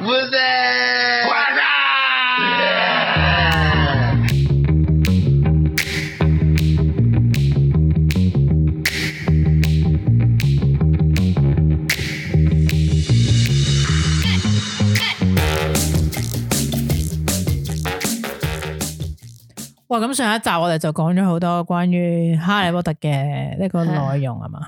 Vous êtes... 哇！咁上一集我哋就講咗好多關於《哈利波特》嘅呢個內容啊嘛，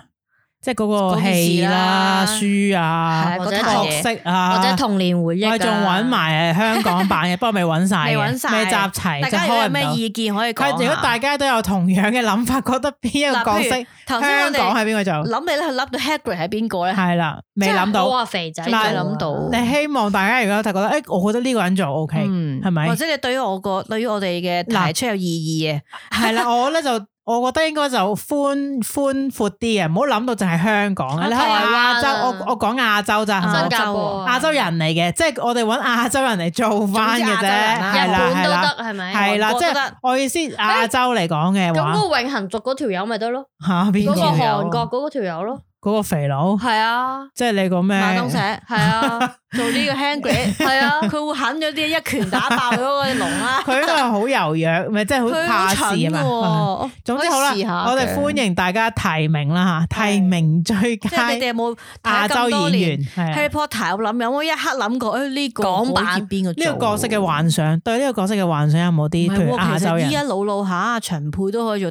即係嗰個戲啦、嗰件書啊、係角嗰啲嘢色啊，或者童年回憶啊我哋仲揾埋誒香港 版嘅，不過未揾晒嘅，未揾晒，未集齊，大就家如果開有唔咩到。意見可以佢講如果大家都有同樣嘅諗法，覺得邊一個角色嗱譬如頭先我香哋港係邊個做？諗你咧，諗到 Hagrid 係邊個咧？係啦，未諗我到。話肥仔你就做啊諗到你希望大家如果就覺得，誒，我覺得呢個人做 OK，嗯係咪或？者你對於我個對於我哋嘅嗱提出有異議嘅，係 啦，我咧就我覺得應該就寬寬闊啲嘅，唔好諗到淨係香港啊。啊你睇台灣啊亞洲，我我講亞洲咋，亞亞新洲洲加坡啊亞洲人嚟嘅，即係我哋揾亞洲人嚟做翻嘅總之亞洲啫，人啊啦係日啦本係都啦，得係咪？係啦，韓國即都得係我意思亞洲嚟講嘅咁話，嗰個永恆族嗰條友咪得咯，嚇邊嗰個個韓國嗰個條友咯，嗰個肥佬，係啊，即係你個咩？馬東石 係啊，做呢個 Hagrid 係啊，佢會狠咗啲，一拳打爆咗個龍啦。佢應該係好柔弱，咪即係啊佢好怕事啊嘛。嗯嘛總之好啦，我哋歡迎大家提名啦嚇，提名最即佳係你哋有冇亞洲演員員係啊 Harry Potter？我諗有冇一刻諗過，誒呢個港版邊個呢個角色嘅幻想，對呢個角色嘅幻想有冇唔啲譬係如喎，亞其洲實依家啊人？老老下，秦沛都可以做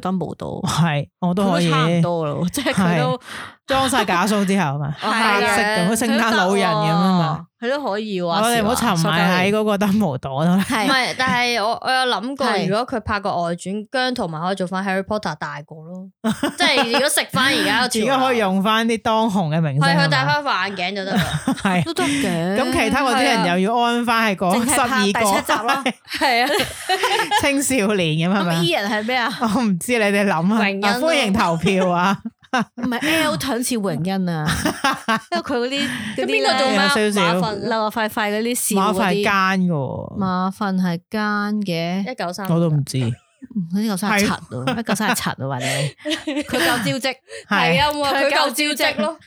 Dumbledore，係，我 都佢可以差唔 多咯，即係佢都裝晒假鬚之後 嘛，係啊食到好似聖誕老人咁啊嘛。，佢都可以喎。我哋唔好啊沉迷喺嗰個燈模度 啦。唔係係，但係我我有諗過，係如果佢拍個外傳，姜濤咪可以做翻 Harry Potter 大個咯，即係如果食翻而家個而潮家可以流，用翻啲當紅嘅明星係佢戴啊嘛。翻副眼鏡就得啦，係 都得嘅。咁，其他嗰啲係啊人又要安翻係淨講係十拍第七集二啦個係啊， 青少年咁係咁咪 E 人係咩啊？ 我唔知你哋榮諗恩啊，啊啊歡迎投票啊！唔係 Elton 似榮 恩啊，因為 佢嗰啲咁嗰邊個做啲咩咧馬有少少馬流糞啊快快嗰啲 笑馬嗰塊啲，奸嘅喎，馬糞係奸嘅。一九三，我都唔 知。一九三七啊，一九三七啊，或者 佢夠招積，係係啊啊，佢夠招積咯。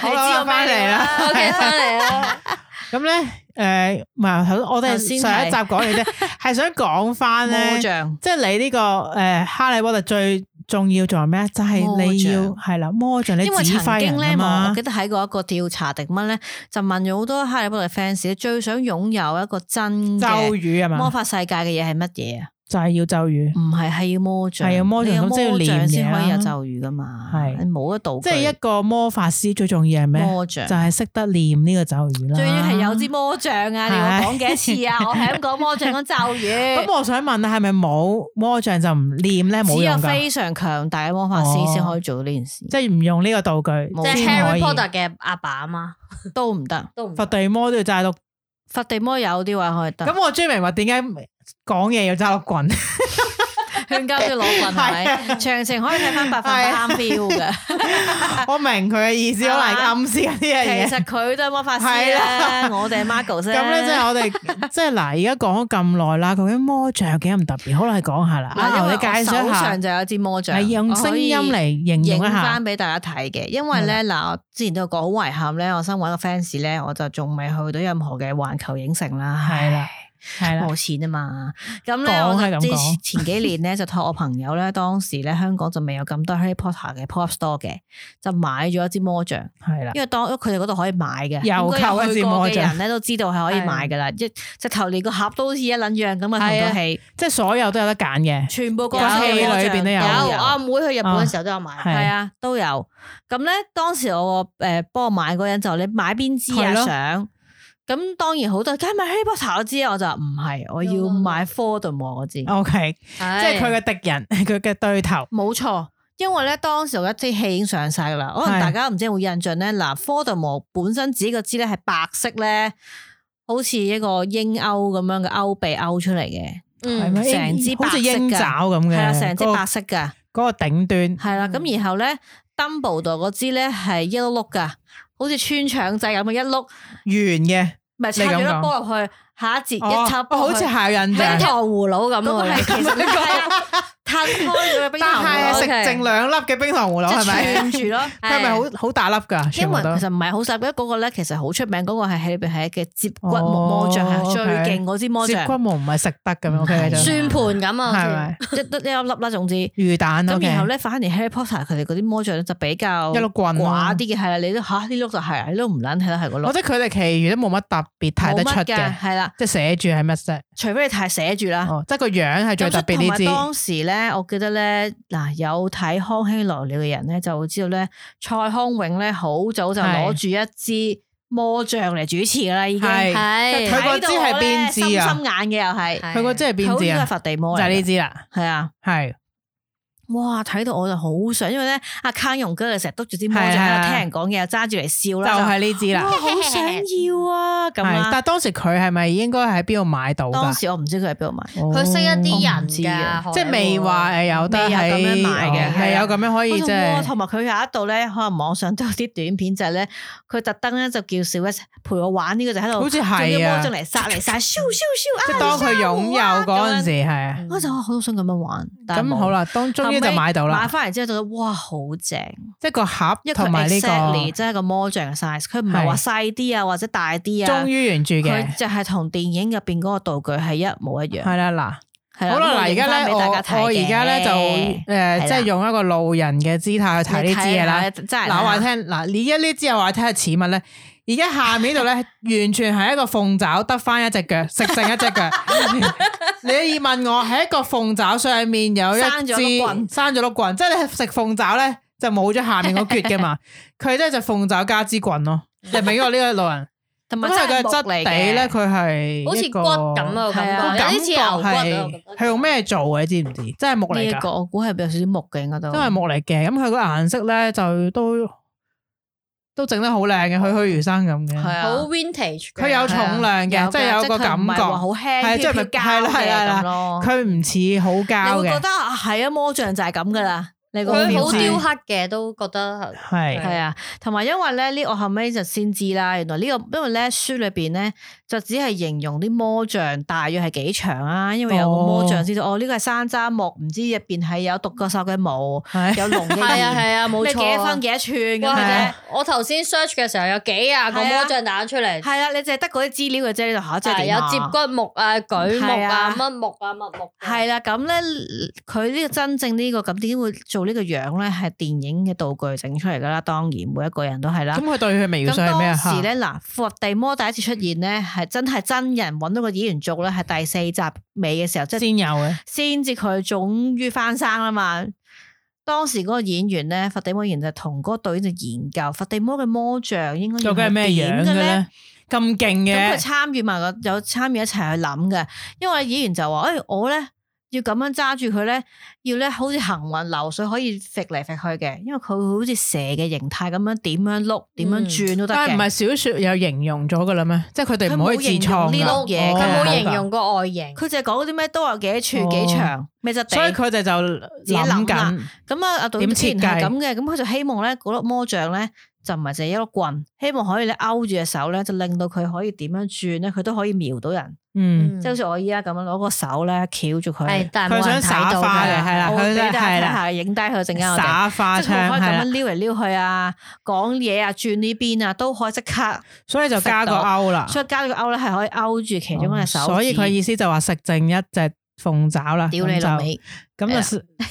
好啦，翻嚟啦。 OK，翻嚟啦， 咁咧，诶，唔係，頭我哋頭先係上一集講嘢 啫，係想講翻咧，魔即像係你呢個诶哈利波特最重要仲係咩？就係你要魔係啦，魔像你因為指曾揮經人啊咧，我嘛我記，得睇過一個調查定乜咧，就問咗好多哈利波特 fans 最想擁有一個真咒嘅語係魔嘛，法世界嘅嘢係乜嘢啊？就係要咒語，唔係係要魔像，係啊魔像你有咁即係要魔像練嘢先可以有啦咒語噶嘛，係你冇得道具，即係一個魔法師最重要係咩？魔像就係識得念呢個咒語啦。最緊要係有支。魔像啊！你要係我講幾多次 啊？我係咁講魔像講咒語，咁我想問係咪冇魔像就唔念咧？冇只有用噶，非常強大嘅魔法師先哦可以做到呢件事，即係唔用呢個道具冇即係先可 Harry 以。 Potter 嘅阿爸阿媽都唔得。都唔佛地魔都要揸碌佛地魔有啲話可以得，咁我終於明白點解講嘢要揸 碌棍， 勸交都要攞棍係啊咪？詳情可以睇翻百分百啱 feel 嘅。我明佢嘅意思，可能係暗示緊呢 樣嘢其。實佢都係魔法師係啦啦，我哋係啊 Margot 啫。咁咧，即 係我哋即係嗱，而家講咗咁耐啦，究竟魔像有幾咁特別？可能係講下啦，嗱，因啊為你介我紹手一上下，就有一支魔像，係用聲音嚟形影容一下翻，俾大家睇嘅，因為咧嗱，我之前都有講好遺憾咧，我身為一個 fans 咧，我就仲未去到任何嘅環球影城啦，係啦唉，係啦，冇錢啊嘛。咁咧，講啊我係咁就之講前幾年咧就託我朋友咧，當時咧香港就未有咁多 Harry Potter 嘅 pop store 嘅，就買咗一支魔像。係啦，因為當佢哋嗰度可以買嘅，又購一應該有去支過魔嘅像人咧都知道係可以買噶啦，一直頭連個盒都好似一撚樣咁係啊，同啊套戲即係所有都有得揀嘅，全部個有戲戲裏邊都有有我係阿妹去日本嘅時候都有買，係啊都有。咁咧當時我誒幫我買嗰個人就你買邊支啊係咯想？咁當然好多，梗係買 Harry Potter 嗰支啊，我就話唔係，我要買 Voldemort 嗰支， ，OK，即即係佢嘅敵人， 佢嘅對頭，冇錯。因為咧，當時我一支戲已經上晒噶啦，可能係大家唔知有冇印象咧。嗱，Voldemort 本身自己個支咧係白色咧，好似一個鷹鈎咁樣嘅鈎鼻勾出嚟嘅，係咪嗯，成支好似鷹白色㗎爪咁係嘅，啦，成支嗰個嗯白色噶。嗰個頂端，系啦，咁然後咧，Dumbledore 嗰支咧係一碌碌噶，好似穿腸仔咁嘅一碌，圓嘅，咪插咗你粒咁講波入去，下一節哦一插哦好似係有印冰象，糖葫蘆咁嗰個係喎，其實 係啊，攤開咗嘅冰糖但係葫蘆係食 OK 剩兩粒嘅冰糖葫蘆係 即係咪？串住咯。佢係咪好好大粒㗎？因全部為都其實唔係好細，因為嗰個咧其實好出名，嗰個係喺裏邊係一嘅接骨木哦魔杖，係最 OK 勁嗰支魔接杖骨，木唔係食得咁樣唔係，OK 就算盤咁啊，係好似咪一得一粒粒啦，總之。魚蛋咁嗯 OK 然後咧，反而 Harry Potter 佢哋嗰啲魔杖咧就比較一碌棍咯寡啲嘅，係啦，你都吓呢碌就係啦，呢碌唔撚睇啦，係嗰我碌，覺得佢哋其餘都冇乜特別睇得出冇乜㗎嘅，係啦，即係寫住係乜啫？除非你太寫住啦。哦，即係個樣係最特別啊咁所以同埋呢當時咧，我記得咧，嗱有睇《康熙來了》嘅人咧，就會知道咧，蔡康永咧好早就攞住一支魔杖嚟主持㗎啦，已經係係佢個支係邊支啊心眼嘅又係，支，佢個真係佢邊好似支係啊？佛地魔就嚟係呢嘅，支啦，係啊，係哇！睇到我就好想，因為咧阿卡容哥就成日督住支魔杖係喺啊度聽人講嘢，又揸住嚟笑就啦，係呢支就 哇啦。好想要啊咁係，啦。但係當時佢係咪應該喺邊度買到當㗎？時我唔知佢喺邊度買，佢識一哦啲我唔人知㗎啊，荷里活即係未話誒有得未有咁樣買嘅喺哦係未啊有咁樣可以即哇係同埋佢有一度咧，可能網上都有啲短片就係咧，佢特登咧就叫小 S 陪我玩呢個就喺度，好似係啊魔杖嚟殺嚟殺，咻咻咻即啊！係當佢擁有嗰陣時時，係啊。我就話好想咁樣玩，但係咁冇好，啦，當終於就買到買啦，翻嚟之後就覺得哇好正，即係個盒因為同埋佢呢個 exactly 真係個魔杖嘅 size，佢唔係話細啲啊或者大啲啊終，於原著嘅佢，就係同電影入邊嗰個道具係一模一樣。係啦嗱。係好啦，嗱，而家咧，我我而家咧就呃係啦誒，即係用一個路人嘅姿態去睇呢支嘢啦。真哎係嗱，我話聽，嗱，而家呢支我話聽係似乜咧？而家下面呢度咧，完全係一個鳳爪，得翻一隻腳， 食剩一隻腳。你要問我喺一個鳳爪上面有一支生咗碌棍生咗碌棍，即係你食鳳爪咧就冇咗下面 嗰橛嘅嘛。佢咧就鳳爪加支棍咯。你明唔明我呢個路人？同咁埋佢嘅真係質木嚟地嘅咧，佢係好似一骨個咁啊，係啊感覺有感啲似牛骨啊我係覺得係用咩做嘅？你知唔知？真係木呢嚟一㗎，個我估係有少少木嘅，應該都真係木嚟嘅。咁佢個顏色咧就都都整得好靚嘅，栩栩如生咁係嘅。啊，好 vintage 嘅。佢有係啊重量嘅，即係有個感佢唔係話好覺。輕，係即係咪係膠嘅係啦係啦咁咯。佢唔似好你膠會覺嘅，得啊係啊，魔像就係咁噶啦，你個佢好表情雕刻嘅，都覺得係係啊，同埋因為咧呢，我後尾就先知啦，原來呢、個因為咧書裏邊咧就只係形容啲魔像大約係幾長啊，因為有個魔像知道哦呢個係山楂木，唔知入邊係有獨角獸嘅毛，係有龍嘅係啊耳，係啊，冇你錯幾多啊分。幾多寸咁哇樣啫。我頭先 search 嘅時候有幾啊個係啊魔像打出嚟，系啦，你淨係得嗰啲資料嘅啫，你就吓即係係點啊有接骨木啊、舉木係啊啊、乜木啊、乜木嘅。係啦，咁咧佢呢個真正呢、個咁點解會做呢個樣咧？係電影嘅道具整出嚟噶啦，當然每一個人都係啦咁。佢對佢描咁述係咩啊？當時嚇咧，嗱，伏地魔第一次出現咧，係真係真人揾到個演員做咧，係第四集尾嘅時候，即係先有嘅，先至佢終於翻生啦嘛。當時嗰個演員咧，伏地魔演員就同嗰個導演就研究伏地魔嘅魔像應該要究竟係咩點樣嘅嘅咧。咧？咁勁咁佢嘅，參與埋個有參與一齊去諗嘅，因為演員就話：，誒、我咧要咁樣揸住佢咧，要咧好似行雲流水可以揈嚟揈去嘅，因為佢會好似蛇嘅形態咁樣點樣碌、點樣轉都嗯得但係唔嘅。係小說有形容咗嘅啦咩？即係佢哋唔可以自佢冇形容創呢㗎碌嘢哦佢㗎冇㗎形容過外形，佢就係講嗰啲咩都有幾寸、哦幾長，咩就所以地。佢哋就己諗諗啦緊，咁啊，阿導演點既設計然係咁嘅，咁佢就希望咧嗰粒魔像咧就唔係淨係一碌棍，希望可以咧勾住隻手咧，就令到佢可以點樣轉咧，佢都可以瞄到人，嗯。即係好似我依家咁樣攞個手咧翹住佢。係但係佢冇想人耍睇到花嘅㗎。係啦我會佢都俾大家係啦睇下，影低佢陣間我哋。耍花即係佢槍可以咁係樣啦，撩嚟撩去啊，講嘢啊，轉呢邊啊，都可以即刻，所以就加個勾啦。所以加咗個勾咧係可以勾住其中一隻手指。哦所以佢意思就話食剩一隻鳳爪啦，屌你咁就老味，哎咁就食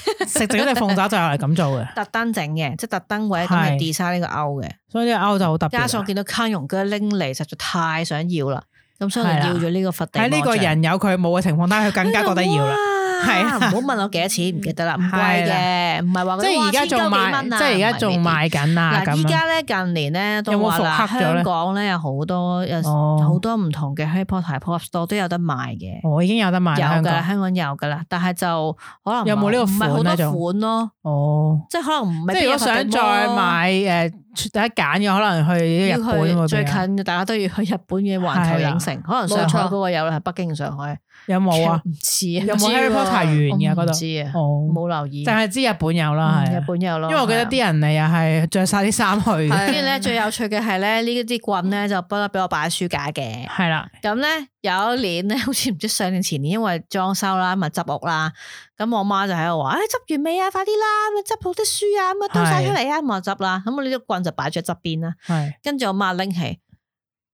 食剩一隻鳳爪就係咁做嘅，特登整嘅，即係特登為咗咁嚟係 design 呢個勾嘅。所以呢個勾就好特別啦。加上見到卡容哥拎嚟，實在太想要啦，咁所以我就係啦要咗呢個佛地喺呢個魔像人有佢冇嘅情況底下，佢更加覺得要 啦。係哇啊唔好問我幾多錢，唔記得啦，唔貴係嘅，唔係話嗰啲即係而哇家千仲鳩幾賣，蚊啊即係而唔家係仲呢啲賣緊啊！嗱，依咁啊家咧近年咧都有冇話啦，復刻咗香咧港咧有好多有哦好多唔同嘅 Harry Potter pop store 都有得賣嘅，我哦已經有得賣啦有香噶啦，港。香港有噶啦，但係就可能有冇呢個唔係好款呢多仲款咯，哦，即係可能唔係即係如果邊有想伏地魔再買誒第一揀嘅，可能去要日本啊去會最比近較嘅，大家都要去日本嘅環球影城，可能上海嗰個有啦，係北京上海有啊冇啊？ 唔似啊，有冇 Harry Potter 園嘅我嗰唔度？知啊，哦，冇留意，淨係知日本有啦，嗯係日啊。本有咯，因為我記係得啊啲人嚟又係着晒啲衫去嘅，係跟住咧最有趣嘅係咧呢啲棍咧就不得俾我擺喺書架嘅。係啦，咁咧有一年 咧，好似唔知上年前年，因為裝修啦，咪執屋啦，咁我媽就喺度話：，唉、執完未啊？快啲啦，咁啊執好啲書啊，咁啊，堆晒出嚟啊，咁我執啦。咁我呢碌棍就擺咗喺側邊啦。系跟住我媽拎起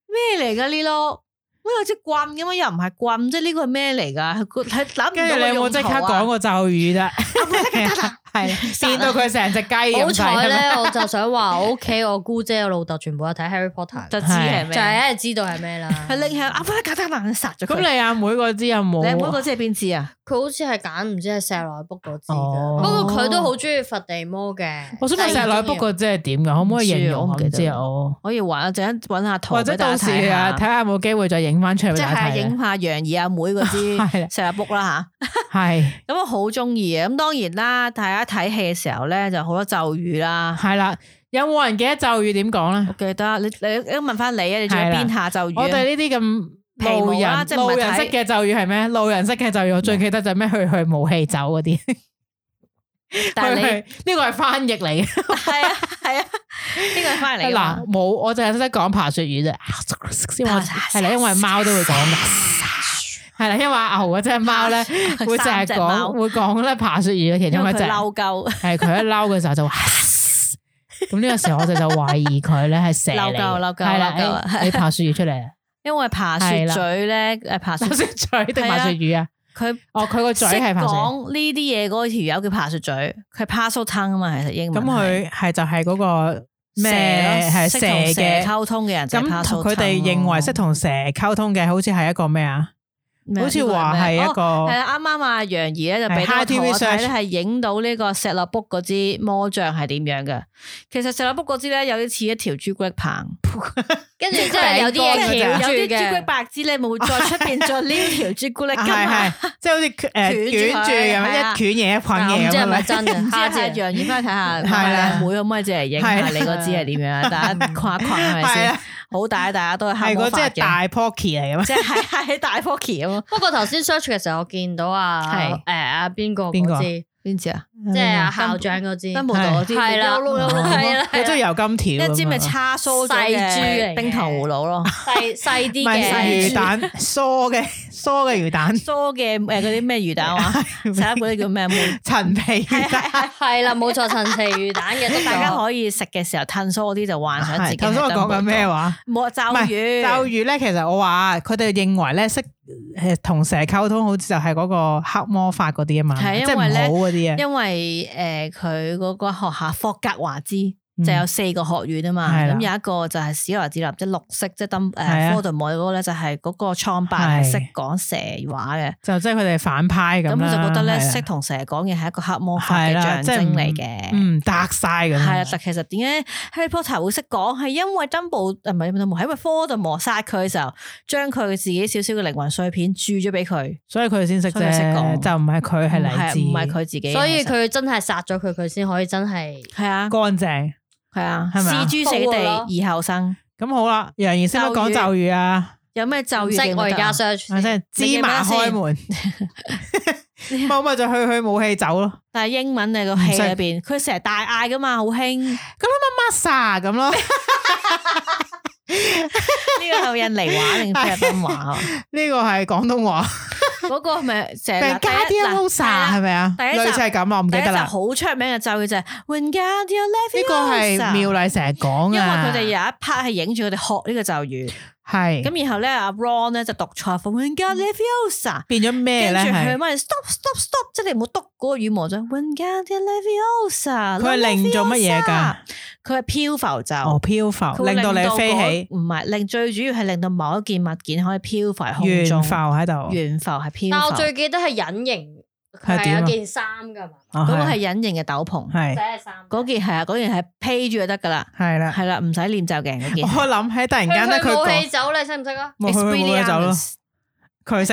咩嚟噶呢碌？咩有隻棍咁樣，又唔係棍，即係呢個係咩嚟㗎？佢 佢諗唔跟住你到有冇即刻講啊個咒語啊啫？ 係變到佢成隻雞咁好滯彩係咪 咧，我就想話我屋企我姑姐、我老豆全部有睇 Harry Potter，就知係就係咩？一係知道係咩啦。 佢拎起阿弗拉加德蘭殺咗佢。咁你阿妹嗰支有冇？你阿妹嗰支係邊支啊？佢好似係揀唔知係石內卜嗰支哦㗎，不過佢都好中意佛地魔嘅。我想問石女卜嗰支係點㗎？可唔可以形容唔我知啊我唔記唔得知啊，我我要玩，一陣揾下圖或者俾大到家時睇啊，下睇。下有冇機會再影翻出嚟俾即大家係睇啊影下楊怡阿妹嗰 係啦支石立卜啦啊。係。吓，咁我好中意嘅。咁當然啦，大家睇戲嘅時候咧就好多咒語啦。系啦，有冇人記得咒語點講咧我？記得你你你問翻你啊，你仲有邊下咒語啊？我哋呢啲咁路皮毛啦人即係唔路係睇人式嘅咒語係咩？路人式嘅咒語我最記得就係咩去去武器走嗰啲，但係 你去去呢個係翻譯嚟嘅。係啊係啊，呢個係翻嚟㗎嘛嗱，冇我淨係識講爬雪魚啫，因為我係啦，因為貓都會講 嘅。係啦，因為阿豪嗰隻貓咧會成日三隻貓講會講咧爬雪魚嘅其因中為一佢隻。嬲鳩係佢一嬲嘅時候 就話咁呢個時候我哋就懷疑佢咧係蛇嚟嘅，嬲鳩嬲鳩係啦嬲鳩啊， 誒你爬雪魚出嚟啊，因為爬雪嘴咧誒爬雪爬雪嘴定係爬啊雪魚啊？佢。哦，佢個識嘴係爬雪魚。講呢啲嘢嗰條友叫爬雪嘴，佢 p a s s tongue 啊嘛，其實英咁文係。佢係就係嗰個咩蛇係咯蛇識同蛇嘅溝通嘅人就係咁 pass 佢哋 tongue 認為識咯同蛇溝通嘅，好似係一個咩啊？咩好似呢個話係咩一哦係個啦，啱啱啊，楊怡咧就係俾咗 High 個圖 TV 我睇 search 咧，係影到呢個石榴卜嗰支魔像係點樣嘅。其實石榴卜嗰支咧有啲似一條朱古力棒，跟住之後有啲嘢即係翹有住啊有啲朱古力嘅，白枝咧冇再出邊再撩條朱古力噶啊 係嘛係。 即係好似誒捲捲住佢住咁係樣啊一捲嘢一捆 嗱我唔嘢知係咁咪樣。真 唔嘅，知下啊，次楊怡翻去睇下，係係啦啦，妹可唔可以借嚟影下係你嗰支係點樣啊？大家框一框係咪係先啊？好大啊！大家都係黑係魔嗰法即係嘅，大 Pocky 嚟嘅咩？即係係大 Pocky 咁。不過頭先 search 嘅時候，我見到啊係，誒啊邊個邊個嗰啊支，邊支啊？即係啊校長嗰支，登步道嗰支，係啦碌碌碌碌係啦佢都有金條咁樣，啊一支咪叉酥咗嘅冰糖葫蘆咯，細細啲唔係嘅魚蛋酥嘅 酥嘅魚 蛋，酥嘅誒嗰啲咩魚蛋 話，食一嗰啲叫咩妹？陳皮啊魚蛋。係啦，冇錯，陳皮魚蛋嘅，都 大家以可以食嘅時候吞酥啲就幻想自己。頭先我講緊咩？話？冇啊咒唔係咒語，語咧，其實我話佢哋認為咧識誒同蛇溝通，好似就係嗰個黑魔法嗰啲啊嘛，係即因係唔為呢好嗰啲啊。因為誒佢嗰個學校霍格華茲。嗯就有四個學院啊嘛，係啦咁有一個就係史萊哲林，即係綠色，即係登係啊誒科頓莫嗰個咧，就係嗰個創辦係係識講蛇話嘅，就即係佢哋反派咁咁佢啦就覺得咧係啊啦識同蛇講嘢係一個黑魔法係嘅啦象即係徵唔嚟嘅。嗯得晒咁樣。係啊，但其實點解 Harry Potter 會識講，係因為登布誒唔係登布，係因為科特磨殺佢嘅時候，將佢自己少少嘅靈魂碎片注咗俾佢，所以佢先識啫，所以佢識講就唔係佢係嚟自唔係佢自己嘅，所以佢真係殺咗佢，佢先可以真係係啊乾淨。係啊，係咪啊置諸死地而後生。咁好啦，楊怡識唔識講咒語咒語啊？有咩咒唔語識嘅我而得啊家 search 我真係芝麻開 門，冇咪就去去武器走咯，但係英文你個戲裏邊，佢成日大嗌噶嘛，好興呢咁乜 massa 咁咯。個係印尼話定菲律賓話啊？呢個係廣東話，嗰個係咪成 日病嗱第加一啲嗱 rosa 係咪啊？第一集類似係咁啊，我唔記第一得集啦。好出名嘅咒語就係 When God You 呢 Love 個係妙麗成日講因為啊，佢哋有一 part 係影住佢哋學呢個咒語，係咁咁然後咧阿 Ron 咧就讀錯 f o r n g a l i v i o s a 變咗嗯咩跟咧？住佢係咪 stop stop stop，即係你唔好篤嗰個羽毛啫 w i n g a l i v i o s a 佢係令做乜嘢㗎？佢係漂浮咒，哦，漂浮佢會令到你嗰飛起，唔係令最主要係令到某一件物件可以漂浮喺空懸中，浮喺度，懸浮係漂但我浮，最記得係隱形，係係點啊有件衫噶嘛，嗰嗰個哦係隱形嘅斗篷，哦係仔係衫。嗰件係啊，嗰件係披住就得㗎啦，係啦。係啦，唔使念咒嘅嗰件。我諗起突然間咧，佢佢佢冇氣講走，你識唔識啊？哦冇去去武器走咯， Expelliarmus 佢識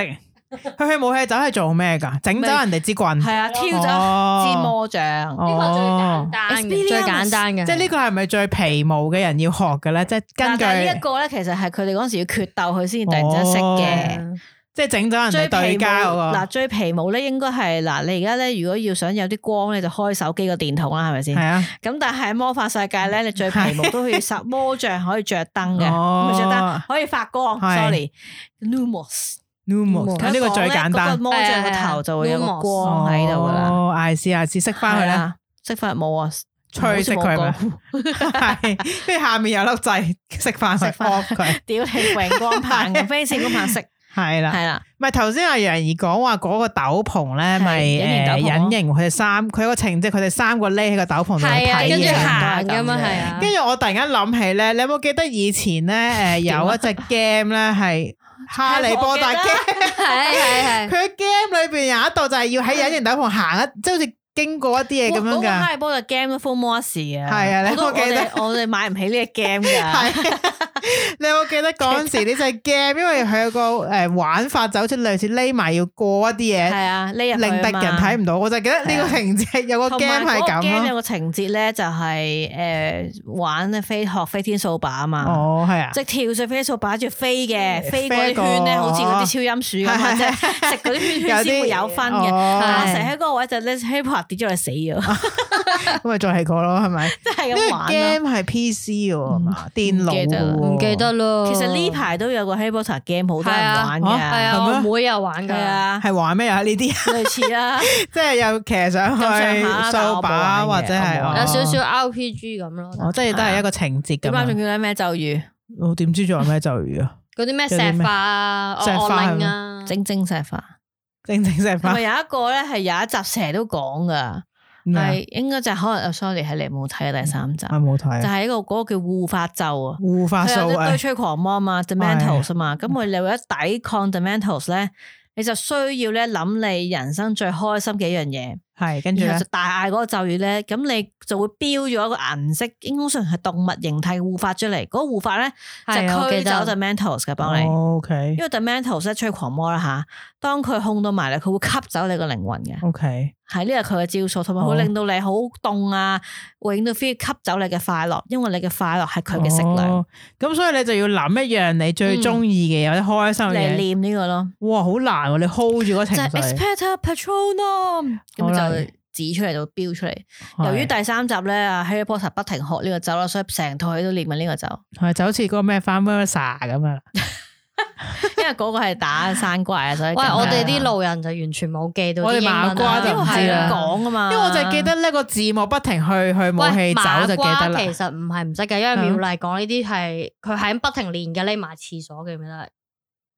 佢去武器走係做咩㗎？整走咪人哋支棍，係啊，挑哦咗支魔杖，呢個最簡哦，單嘅， Expelliarmus 最簡單嘅。即係呢個係咪最皮毛嘅人要學嘅咧？即係但根係呢據一。個咧，其實係佢哋嗰陣時要決鬥，佢先突然之間識嘅。嗯即係整咗人追哋對皮毛家嗰嗱，個，追皮毛咧，應該係嗱，你而家咧，如果要想有啲光咧，就開手機個電筒啦，係咪先？係啊，咁但係魔法世界咧，你最皮毛都可以殺魔像可以着燈嘅，哦咁咪着燈可以發光。係 Sorry，Lumos， Lumos，咁呢個最簡嗰個單。魔像個頭就會有個光哦喺度噶啦， ，I C I C，識翻佢係啦，啊，識翻冇啊，吹熄佢咪好似冇 講，係，跟住下面有粒掣，識翻佢熄返 off 佢，屌你榮 光係棒嘅 fans 嗰棒色，係啦。係啦，咪頭先阿楊怡講話嗰個斗篷咧，係咪隱形斗誒篷咯隱形，佢哋三佢有個情節，佢哋三個匿喺個斗篷度係啊，睇跟住嘢行噶嘛，係啊，跟住我突然間諗起咧，你有冇記得以前咧誒有一隻 game 咧係哈利波特我記得 game，係係係。佢 game 裏邊有一度就係要喺隱形斗篷行一，即係好似經過一啲嘢咁哇嗰樣個啊哈㗎，利波特 game 都 full 魔一時啊，係啊你我都有冇我記得哋我哋買唔起呢個 game 㗎。 係。你有冇記得嗰陣時呢隻 game？因為佢有個誒玩法就好似類似匿埋要過一啲系嘢，啊，呢令敵人睇唔到。我就記得呢個情節有個同埋 game 係嗰個咁 game 咯。有個情節咧，就係诶玩飛學飛天掃把啊嘛，哦，係啊，即係跳上飛掃把，跟住飛嘅，飛過飛啲圈咧，過好似嗰啲超音鼠 咁啊，係即係食嗰啲圈圈先會有分有啲嘅。哦但我成日喺嗰個位就咧 hip hop 跌咗落去 死咗，咁咪再係個咯，係咪？呢即係咁個玩啊啦。 game 係 PC 嘅喎，係嘛電腦記得啦嘅喎唔記得咯。其實呢排都有個 Harry Potter game 好多係人啊玩嚇係嘅，啊，我哦係咩妹有玩係㗎，啊，係玩咩啊？呢 啲類似啦，即係又騎上去咁上下但掃我冇玩把嘅或者係我冇玩有少，哦少 RPG 咁咯，哦，即係都係一個情節咁點解仲樣。叫咧咩咒語？我點知仲有咩咒語啊？嗰啲咩有啲咩石化啊、石化惡惡令啊，整晶石化，正正石係花咪嗯有一個咧係有一集成日都講噶？咩啊系應該就係可能哦，sorry，係你冇睇嘅第三集，我冇睇啊就。係一個嗰個叫護法咒啊，護法佢有素一啊堆，吹狂魔啊嘛，dementals 啊嘛，咁佢你為咗抵抗 dementals 咧，你就需要咧諗你人生最開心嘅一樣嘢，係跟住然咧後就，大嗌嗰個咒語咧，咁你就會標咗一個銀色，通常係動物形態嘅護法出嚟，嗰個護法咧就係我記驅走得。 dementals 嘅幫你。 O K 因為 dementals 咧吹狂魔啦吓，當佢控到埋你，佢會吸走你個靈魂嘅。 O K，係呢個係佢嘅招數，同埋佢哦令到你好凍啊，會令到 feel 吸走你嘅快樂，因為你嘅快樂係佢嘅食糧哦。咁所以你就要諗一樣你最中意嘅嘢，或者開心嚟嘅嘢。念呢個咯，哇，好難喎！你 hold 住嗰就哦情係緒。 expect patronum 好咁啦就指出嚟就標出嚟。係 由於第三集咧啊，Harry Potter 不停學呢個咒啦，所以成套戲都念緊呢 個咒，係就好似嗰個咩 Farmersa 咁啊，因為嗰個係打山怪啊，所以喂，我哋啲勁路人就完全冇記到我哋啲英文麻瓜啊就因唔為知係啦咁啊講啊嘛，因為我就記得呢個字幕不停去去武器喂，麻走就記瓜得啦。其實唔係唔識嘅，因為妙麗講呢啲係佢係咁不停練嘅，匿埋廁所嘅，記唔記得？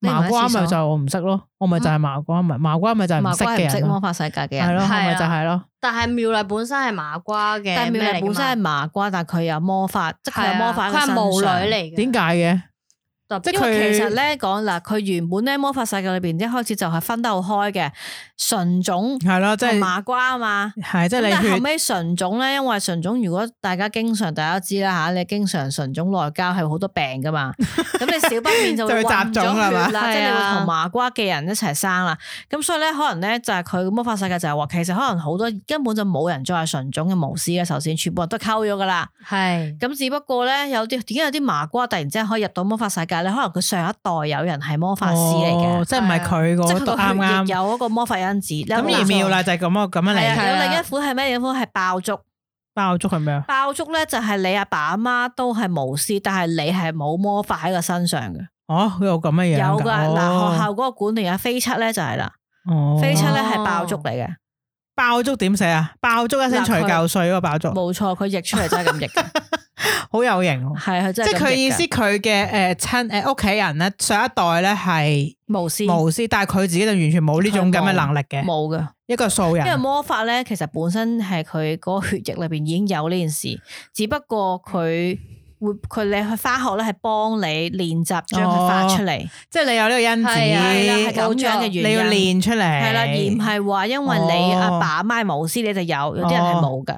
麻瓜咪匿埋廁所就我唔識咯，我咪就係麻瓜咪，麻瓜咪就係唔麻識瓜嘅係唔識人魔咯，法世界嘅係人咯，，係啊咪就係咯，但係妙麗本身係麻瓜嘅，但係妙咩嚟麗㗎嘛本身係麻瓜，但係佢有魔法，即係佢有魔法係喺啊佢身係巫女上嚟嘅。點解嘅？特別即係因為佢其實咧講嗱，佢原本咧魔法世界裏邊一開始就係分得好開嘅純種係咯，即同係麻瓜啊嘛。係即係咁但你係血後尾純種咧，因為純種如果大家經常大家都知啦嚇，你經常純種內交係好多病 噶嘛，咁你少不免就會就會雜混種啦係咗嘛血啦，即係你係啊會同麻瓜嘅人一齊生啦。咁所以咧，可能咧就係佢魔法世界就係話，其實可能好多根本就冇人再係純種嘅巫師啦。首先，全部人都溝咗噶啦。係咁只不過咧，有啲點解有啲麻瓜突然之間可以入到魔法世界咧？可能佢上一代有人係魔法師嚟哦嘅，即係唔係佢即係嗰佢度個啱血啱液。有嗰個魔法因子。咁咁而妙啦，就係咁啊，咁樣係嚟係啊，啊有另一款係咩？另一款係爆竹。包足係咩啊？爆竹咧就係你阿爸阿媽都係巫師，但係你係冇魔法喺個身上嘅。哦，有咁嘅樣有噶㗎嗱，學校哦嗰個管理啊，飛七咧就係啦，哦飛七咧係爆竹嚟嘅，爆竹點寫啊？爆竹一聲除舊歲嗰個爆竹，冇錯，佢譯出嚟真係咁譯嘅，好有型喎。係佢真即係係咁譯嘅。佢意思，佢嘅誒親誒屋企人咧，上一代咧係巫師巫師，但係佢自己就完全冇呢種咁嘅能力嘅，冇嘅。一個素人因為。魔法咧，其實本身係佢嗰個血液裏邊已經有呢件事，只不過佢會佢你去翻學咧係幫你練習將佢發出嚟，即係你有呢個因子，係啊係啦係咁樣嘅原因你要練出嚟，係啦，而唔係話因為你哦阿爸阿媽係巫師你就有，有啲人係冇噶，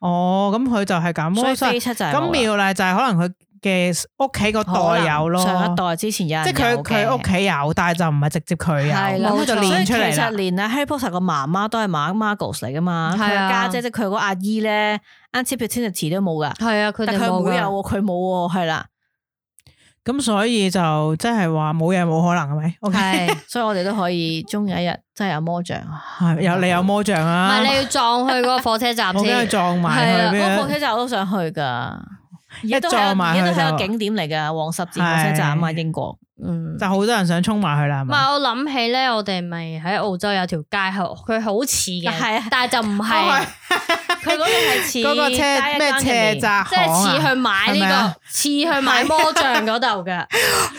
哦，咁佢就係咁，所以所以飛七就係咁冇啦妙麗就係可能佢嘅屋企個可能代有咯，上一代之前有人即係佢有嘅佢屋企有，但係就唔係直接佢有，係啦，咁佢就練出所以嚟其實啦。連啊 Harry Potter 個媽媽都係 Mar Margos 嚟噶嘛，佢係啊家姐即係佢嗰個阿姨咧 a u n t i p a t i n i t y 都冇噶，係啊，佢但哋佢冇妹有㗎喎，佢冇喎，係啦。咁所以就真係話冇嘢冇可能係咪？O K，系，所以我哋都可以終有一日真係有魔像啊！有你有魔像唔啊係，你要撞去嗰個火車站我驚佢先。撞係埋啊，去嗰個邊火啊車站我都想去噶，一而家都係撞埋而家去都係一個就景點嚟噶，黃十字火車站啊嘛，係英國。嗯，就好多人想衝埋去啦，係唔嘛？係我諗起咧，我哋咪喺澳洲有條街，佢好似嘅，係啊但係就唔係，佢嗰度係似嗰個車街一咩間入斜面窄即係巷似啊去買係咪呢啊個，似去買魔像嗰度 嘅。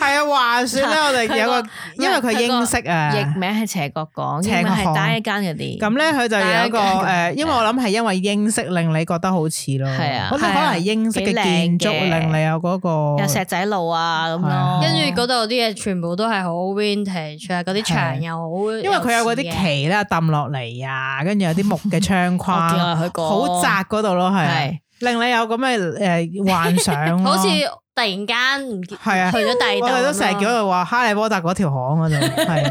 係啊，話說咧，我哋有佢個個因為佢英式啊，譯名係斜角港，斜英角文港係單一間嗰啲。咁咧佢就有一個大家誒，因為我諗係因為英式令你覺得好似咯，係啊我覺得可能係英式嘅建係築啊令你有嗰個有石仔路啊咁係咯，跟住嗰度啲嘢全部都係好 vintage 啊，嗰啲係牆又好，因為佢有嗰啲旗，旗咧抌落嚟啊，跟住有啲木嘅窗我見我框，去過，好窄嗰度咯，係啊係令你有咁嘅誒呃幻 想咯。好似突然間唔見啊係啊去咗第二我度，哋都成日叫佢話哈利波特嗰條巷嗰度，係啊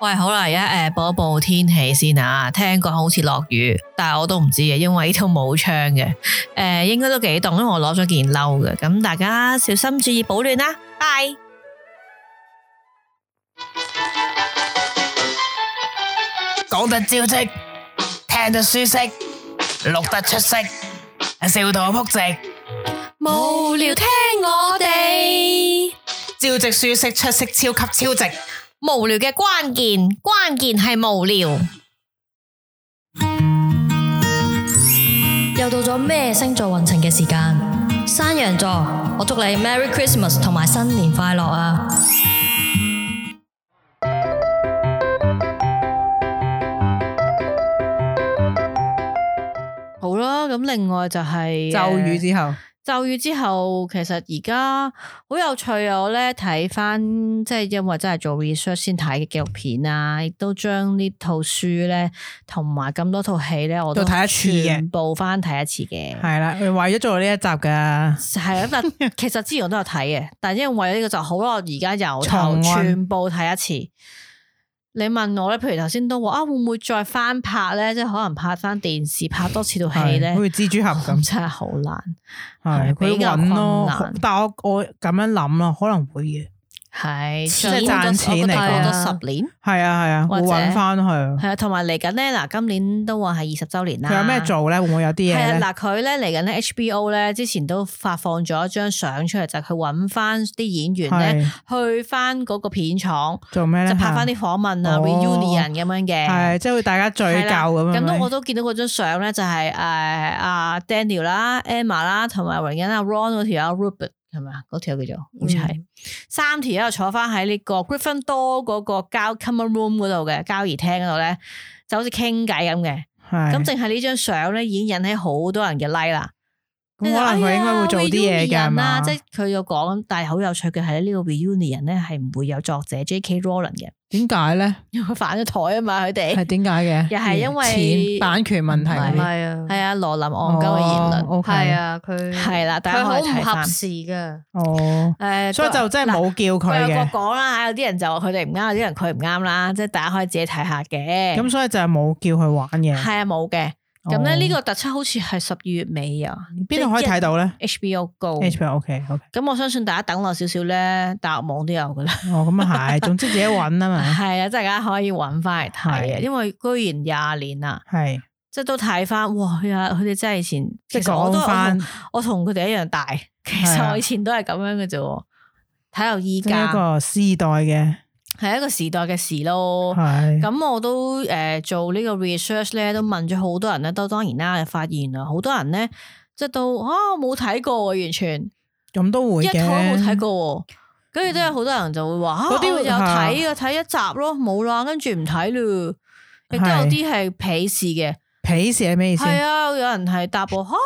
喂，好啦，而家誒報一報天氣先啊，聽講好似落雨，但係我都唔知嘅，因為呢度冇窗嘅，誒、應該都幾凍，因為我攞咗件褸嘅，咁大家小心注意保暖啦，拜。講得招積，聽得舒適，錄得出色，笑到撲直，無聊聽我哋招積舒適出色超級超值。無聊嘅關鍵，關鍵係無聊。又到咗咩星座運程嘅時間，山羊座，我祝你 Merry Christmas 同埋新年快樂啊！好啦，咁另外就係、咒語之後，咒語之後，其實而家好有趣啊！我咧睇翻，即係因為真係做 research 先睇嘅紀錄片啊，亦都將呢套書咧，同埋咁多套戲咧，我都都睇一次嘅全部翻睇一次嘅。係啦，為咗做呢一集嘅，係啊，但 其實之前我都有睇嘅，但因為呢個就好啦，我而家由重頭溫全部睇一次。你問我咧，譬如頭先都話啊，會唔會再翻拍咧？即係可能拍翻電視拍多次套戲係咧好，似蜘蛛俠咁 咁。真係好難。係係佢比揾較困咯難，但係我我咁樣諗咯，可能會嘅，係即上係賺錢嚟過講咗十年，係啊係啊，或會者揾翻去。係啊，同埋嚟緊咧，嗱，今年都話係二十周年啦。佢有咩？做咧？會唔會有啲嘢係啊，咧？嗱，佢咧嚟緊咧 HBO 咧，之前都發放咗一張相出嚟，就係佢揾翻啲演員咧，係去翻嗰個片廠，做咩咧？就拍翻啲訪問啊、哦 reunion 咁樣嘅。係即係會大家聚舊係啦咁樣咁咪。都我都見到嗰張相咧，就係誒阿 Daniel 啦、Emma 啦，同埋榮恩啊 Ron 嗰條友 Robert 係咪啊？嗰條友叫做好似嗯係三條友坐翻喺呢個 Gryffindor 嗰個交 common room 嗰度嘅交誼廳嗰度咧，就好似傾偈咁嘅。係咁淨係呢張相咧，已經引起好多人嘅 like 啦。哎咁可能佢應該會做啲嘢嘅係嘛啦，啊即係佢有講，但係好有趣嘅係呢個 reunion 咧係唔會有作者 J.K. Rowling 嘅，點解咧？因為佢 反咗台啊嘛，佢哋係點解嘅？又係因為錢版權問題嗰唔啲。哦係啊，係啊，羅琳戇鳩嘅言論， O K，係，啊，佢係啦大家佢好可以唔睇返合時嘅。哦，誒所以就真係冇叫各佢有各嘅，講啦，有啲人就話佢哋唔啱，有啲人佢唔啱啦，即係大家可以自己睇下嘅。咁所以就係冇叫佢玩嘅。係啊，冇嘅。咁咧哦呢個特輯好似係十二月尾啊邊度可以睇到咧，HBO Go。 ？H B O 啊 K O K，咁我相信大家等耐少少咧，大學網都有噶啦。哦咁啊係，總之自己揾啊嘛， 係啊，即係大家可以揾翻嚟睇啊，係因為居然廿年啦，係 即係都睇翻，哇！佢啊佢哋真係以前，即其係實我都講翻呢我同佢哋一 樣大，其係啊實我以前都係咁樣嘅啫喎，睇到依一家。個時代嘅係一個時代嘅事咯。係。哦咁我都誒、呃做呢個 research 咧，都問咗好多人咧，都當然啦，發現啊，好多人咧即係都啊冇睇過喎，完全咁都會一嘅，套都冇睇過喎。跟住都有好多人就會話啊，嗰啲我有係啊睇嘅，睇一集咯，冇啦，跟住唔睇咯。亦都有係啲係鄙視嘅，鄙視係咩意思？係啊，有人係答我吓，我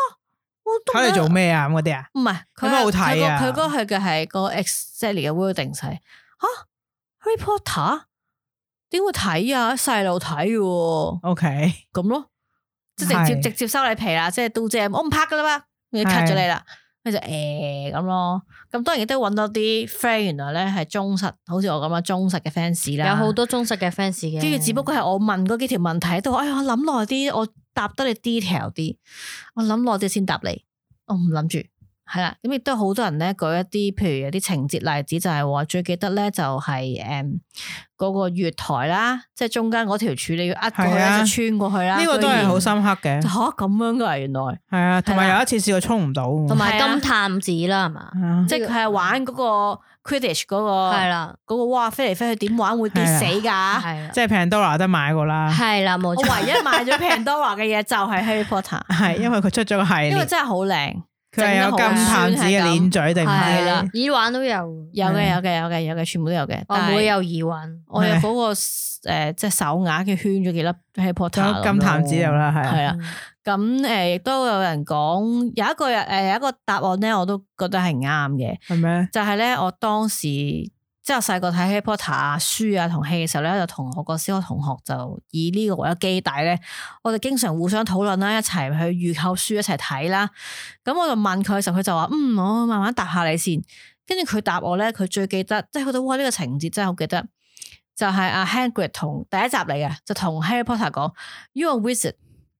都唔睇嚟得做咩啊？咁嗰啲啊？唔係佢有咩好係睇啊佢嗰佢嗰係嘅係個 exactly 嘅 wording 係吓 Harry Potter 點會睇啊？細路睇嘅喎 O K，咁咯，即係直接係直接收你皮啦，即係都姐，我唔拍噶啦嘛，你係 cut 咗你啦。跟住就誒咁咯。咁當然亦都揾到啲 friend，原來咧係忠實，好似我咁樣啊忠實嘅 fans 啊啦。有好多忠實嘅 fans 嘅，跟住只不過係我問嗰幾條問題都話，哎呀，我諗耐啲，我答得你 detail 啲，我諗耐啲先答你，我唔諗住。係啦，咁亦都好多人咧舉一啲，譬如有啲情節例子，就係話最記得咧就係誒嗰個月台啦，即係中間嗰條柱你要呃過去係啊啦，即係穿過去啦。呢個都係好深深刻嘅，吓咁樣噶，原來係啊，同埋係啦有一次試過衝唔到喎，同埋係啊金探子啦，係嘛？係啊即係佢係玩嗰個 Quidditch 嗰個係啦，嗰個哇飛嚟飛去點玩會跌死㗎？係啦，即係啊 Pandora 有得買過啦，啊係啦，冇我錯。唯一買咗 Pandora 嘅嘢就係 Harry Potter。係因為佢出咗個系因為列，真係好靚，佢係有整得好金探子嘅鏈嘴定唔係係啦耳環都有，有嗯嘅有嘅有嘅有嘅，全部都有嘅。哦我但係妹有耳環，我 有嗰個誒即係手鐲嘅圈咗幾粒 Harry 有 Potter 金探子有啦，係啊係嗯啦。咁誒亦都有人講有一個人誒有一個答案咧，我都覺得係啱嘅，係咩？就係咧我當時即係我細個睇 Harry Potter 啊書啊同戲嘅時候咧，就同我個小學同學就以呢個為咗基底咧，我哋經常互相討論啦，一齊去預購書一齊睇啦。咁我就問佢嘅時候，佢就話：嗯，我慢慢答下你先。跟住佢答我咧，佢最記得，即係覺得哇呢、個情節真係好記得，就係、阿 Hagrid 同第一集嚟嘅，就同 Harry Potter 講：You are wizard，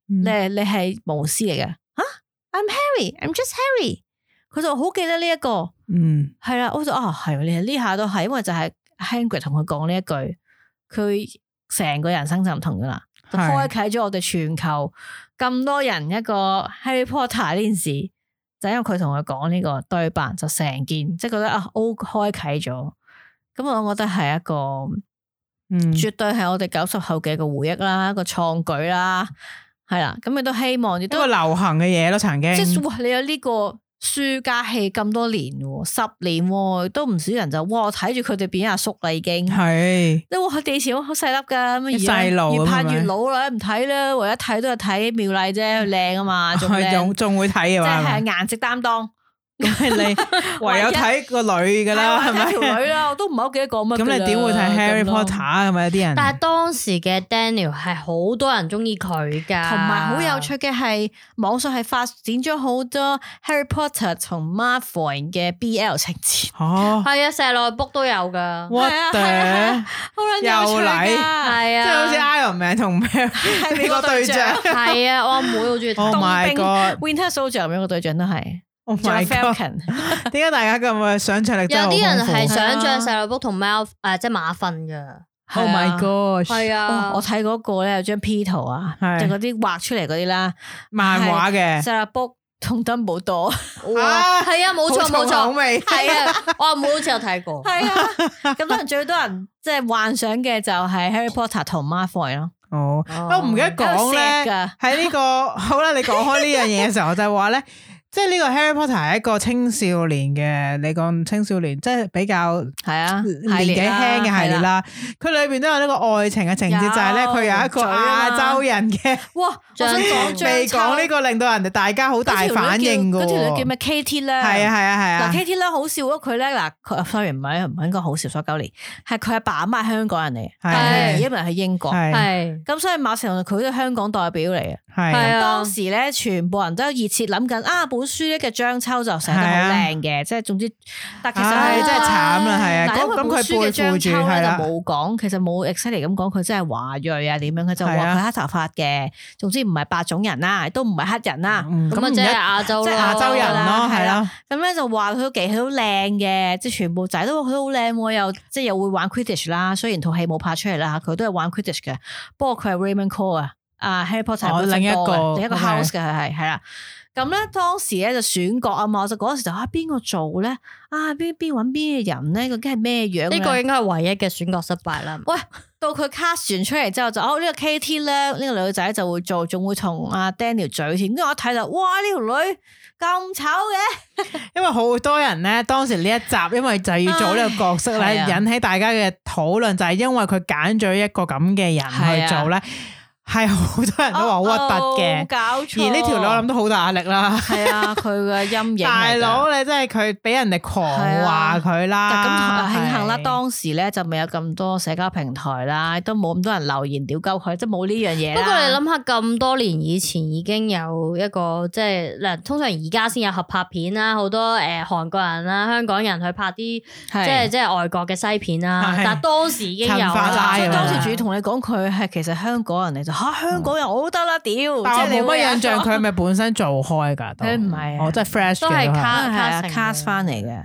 嗯你係你係巫師嚟嘅。吓、i m Harry，I'm just Harry。佢就好記得呢、一個。嗯，係啦，我就啊係喎，你呢下都係，因為就係 Hangry 同佢講呢一句，佢成個人生就唔同噶啦，就係開啟咗我哋全球咁多人一個 Harry Potter 呢件事，就因為佢同佢講呢個對白，就成件即係覺得啊 O 開啟咗，咁我覺得係一個嗯絕對係我哋九十後嘅一個回憶啦，一個創舉啦，係啦，咁亦都希望亦一都個流行嘅嘢咯，曾經即係哇！你有呢個書加戲咁多年喎，十年喎，都唔少人就哇！我睇住佢哋變阿叔啦已經。係因為佢哋以前好細粒噶，咁而家細路啊越咁拍係咪越老啦，唔睇啦，唯一睇都係睇妙麗啫，佢靚啊嘛， 仲係靚仲，仲會睇即嘅話，係係咪顏值擔當，咁係 你唯有睇個女㗎啦，係係啊咪睇？條女啦，我都唔係好記得講乜㗎咁啦。你點會睇 Harry 咁咯 Potter 啊？係咪有啲人？但係當時嘅 Daniel 係好多人中意佢啊噶，同埋好有趣嘅係，網上係發展咗好多 Harry Potter 同 Malfoy 嘅 BL 情節，哦，係啊，石內 book 都有噶， what 係啊 the- 係啊係啊好撚有又 趣嚟㗎。係即係好似啊， Iron Man 同 Mary 呢個對象。係啊，我阿妹好中 意 Oh 睇， my 冰 god！ Winter Soldier 咁樣個隊長都係， Oh 仲有 my god！ Falcon， 點解大家咁嘅想像力有真係好啲人係豐富想像石內 book 同 Mal 誒即係馬糞噶， ？Oh my god！係啊哇，哦我睇嗰個咧有張 P 圖啊，係就嗰啲畫出嚟嗰啲啦，漫畫嘅， Sarah Book 同 Dumbledore，哇，係啊，冇錯好重冇口錯，味。 係啊，我阿妹好似有睇過，係啊，咁多人最多人即係幻想嘅就係 Harry Potter 同 Malfoy 咯，哦，我唔記得講有石咧㗎，喺呢個 好啦，你講開呢樣嘢嘅時候，我就話咧，即係呢個 Harry Potter 係一個青少年嘅，你講青少年即係比較係啊，年紀輕嘅系列，啦，佢裏邊都有呢個愛情嘅情節，有就係咧佢有一個嘴啊嘛亞洲人嘅，哇，我想講未 張秋講呢個令到人哋大家好大反應嘅嗰條女叫喎，咩 Katie 咧，係啊係啊嗱係啊， K T 咧好笑咯，佢咧嗱佢，sorry 唔係唔係應該好笑所九年，係佢阿爸阿媽係香港人嚟嘅，但係因為喺英國，係係咁所以某程度佢都係香港代表嚟嘅。係係啊當時咧，全部人都熱切諗緊啊，本書咧嘅張秋就寫得好靚嘅，即係總之，但其實啊唉係真係慘啦，係啊，嗱，因咁咁為本書佢背嘅負張住秋係咧就啦，冇講，其實冇 exactly 咁講，佢真係華裔啊點樣，佢就話係啊佢黑頭髮嘅，總之唔係白種人啦，都唔係黑人啦。嗯咁啊，即係亞洲即咯係亞洲人咯，係啦係啦，咁咧就話佢都幾佢都靚嘅，即係全部仔都話佢都好靚喎，又即係又會玩 Quidditch 啦。雖然套戲冇拍出嚟啦，佢都係玩 Quidditch 嘅。不過佢係 Raymond Core 啊，啊 Harry Potter 哦本身另一個多嘅另一個 OK house 嘅佢係係啦。咁咧當時咧就選角啊嘛，我就嗰時就啊邊個做咧啊邊邊揾邊嘅人咧，究竟係咩樣呢呢個應該係唯一嘅選角失敗啦。喂，到佢 cast 完出嚟之後就哦呢、個 KT 咧呢、個女仔就會做，仲會同阿 Daniel 嘴甜。跟住我一睇就哇呢條女咁醜嘅。因為好多人咧，當時呢一集因為就要做呢個角色咧，唉係啊引起大家嘅討論，就係因為佢揀咗一個咁嘅人去做咧，係好多人都話好核突嘅啊哦，搞錯。而呢條女我諗都好大壓力啦。係啊，佢嘅陰影嚟㗎。大啊佬你真係佢俾人哋狂話佢啦，但咁啊慶幸啦，係當時咧就未有咁多社交平台啦，都冇咁多人留言屌鳩佢，即係冇呢樣嘢不過你啦。諗下咁多年以前已經有一個即係嗱，通常而家先有合拍片啦，好多誒韓國人啦、香港人去拍啲即係即係外國嘅西片啦係，但當時已經有陳法拉啦啊。即係係嗯嘛當時仲要同你講佢係其實香港人嚟就吓香港人我都得啦，屌！即但係我你冇會有乜一印象，種佢係咪本身做開㗎？都佢唔係啊我真係 fresh 都係嘅卡係啊 casting 嘅 cast 翻嚟嘅，